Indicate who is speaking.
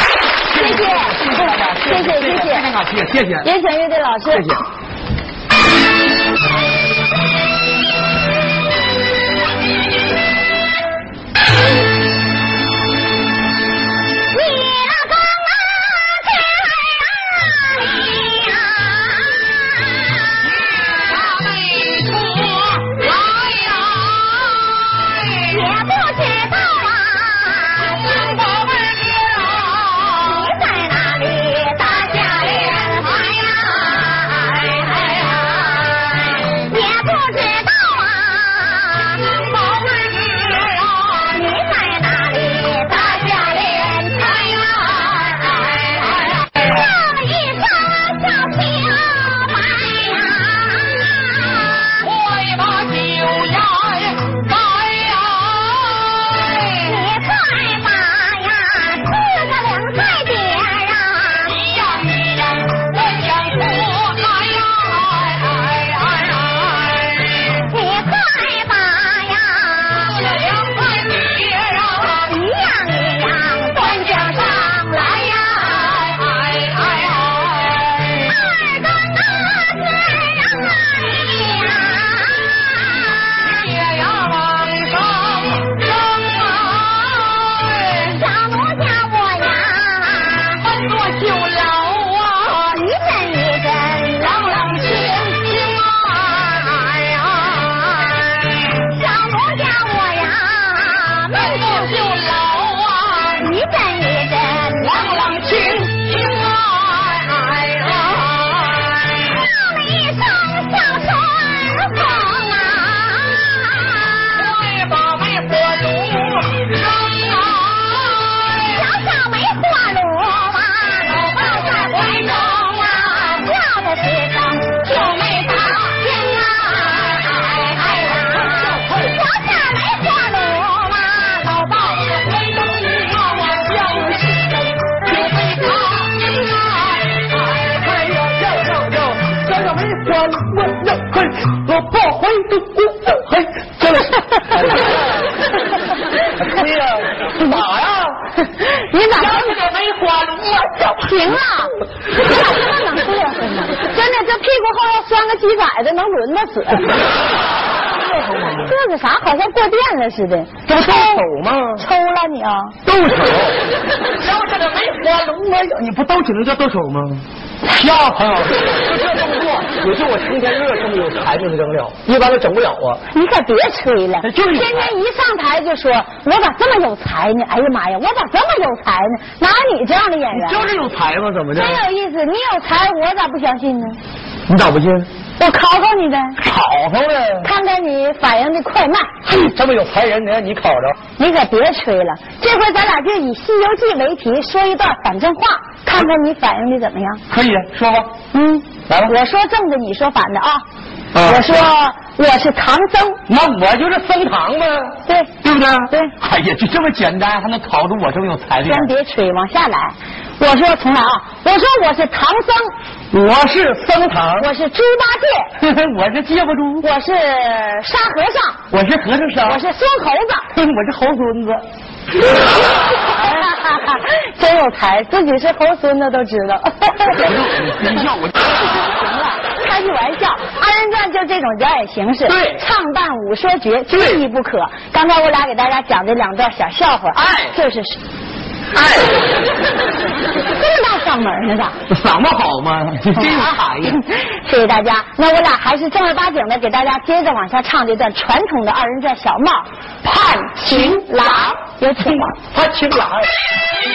Speaker 1: 谢谢，谢谢谢
Speaker 2: 非常
Speaker 1: 谢，
Speaker 2: 感谢，谢谢，
Speaker 1: 也请乐队老师。
Speaker 2: 谢谢。
Speaker 3: 你那个啊，在哪里呀？大妹出来呀！也不知道啊，三宝妹儿你在哪里？大家人来呀！也不知道啊，宝贝儿啊，你在哪里？大家连开呀，这一双小貂白呀，快把酒烟来呀，你快把呀，吃个凉菜碟儿啊，一样一样，分享出来呀，哎哎哎，你快把呀，吃了凉菜碟儿啊，一样一样，端将上来呀，哎哎哎，二更啊，四更啊，你呀，也要往上升来，小奴家我呀，翻过酒楼啊，一阵一阵，冷冷清清啊，哎哎，小奴家我呀，翻过酒楼啊，一阵一阵，冷冷清清啊，哎哎，唱了一声小春风啊。
Speaker 4: 对把妹火炉扔
Speaker 3: 小
Speaker 4: 啊，
Speaker 3: 小梅花萝啊，老抱在怀中啊，叫的是声就没大听啊，哎哎呀！小小梅花萝啊，老抱在怀中啊，叫的是声就没大听啊，
Speaker 2: 哎呀呀呀呀！小小梅花我呀嘿，我抱怀中姑父嘿，真的是。哎呀，打呀！
Speaker 1: 你咋
Speaker 4: 小小梅花炉啊，
Speaker 1: 停啊？你咋这么能乐呵呢？真的，这屁股后要拴个鸡崽子，能轮得死。这个啥？好像过电了似的。
Speaker 2: 都抽手吗？
Speaker 1: 抽了你啊！
Speaker 2: 兜手。
Speaker 4: 小小梅
Speaker 2: 花龙哎呀，你不兜起来叫兜手吗？呀，朋友，就这动作，也就我程天乐这么有才能整了，一般都整不了啊。
Speaker 1: 你可别吹了，
Speaker 2: 哎就是
Speaker 1: 天天一上台就说我咋这么有才呢？哎呀妈呀，我咋这么有才呢？哪有你这样的演员？啊
Speaker 2: 就是有才嘛，怎么的？
Speaker 1: 真有意思，你有才，我咋不相信呢？
Speaker 2: 你咋不信？
Speaker 1: 我考考你呗，
Speaker 2: 考上了。
Speaker 1: 看看你反应的快慢。
Speaker 2: 嘿，这么有才人，能让你考着？
Speaker 1: 你可别吹了，这回咱俩就以《西游记》为题，说一段反正话，看看你反应的怎么样。
Speaker 2: 可以，啊说吧，
Speaker 1: 嗯，
Speaker 2: 来吧。
Speaker 1: 我说正的，你说反的啊。
Speaker 2: 啊
Speaker 1: 我说我是唐僧，
Speaker 2: 那我就是升堂呗，
Speaker 1: 对，
Speaker 2: 对不对？
Speaker 1: 对
Speaker 2: 哎呀，就这么简单，还能考出我这么有才的
Speaker 1: 先
Speaker 2: 人？
Speaker 1: 别吹，往下来。我说重来啊，我说我是唐僧，
Speaker 2: 我是升堂，
Speaker 1: 我是猪八
Speaker 2: 我是结巴猪，
Speaker 1: 戒，我是沙和尚，
Speaker 2: 我是和尚
Speaker 1: 我
Speaker 2: 商，
Speaker 1: 是孙猴子。
Speaker 2: 我是猴孙子。
Speaker 1: 真有才，自己是猴孙子都知道。
Speaker 2: 你笑我。
Speaker 1: 行了，开句玩笑，二人转就这种表演形式，
Speaker 2: 对
Speaker 1: 唱旦舞说绝，缺一不可。刚才我俩给大家讲的两段小笑话，
Speaker 2: 哎
Speaker 1: 就是，
Speaker 2: 哎，
Speaker 1: 这么大嗓门呢咋？
Speaker 2: 嗓子好 吗？ 这
Speaker 1: 所
Speaker 2: 有才呀！
Speaker 1: 以大家，那我俩还是正儿八经的给大家接着往下唱这段传统的二人转小帽《盼情郎》，有请。
Speaker 2: 他情郎。
Speaker 3: 我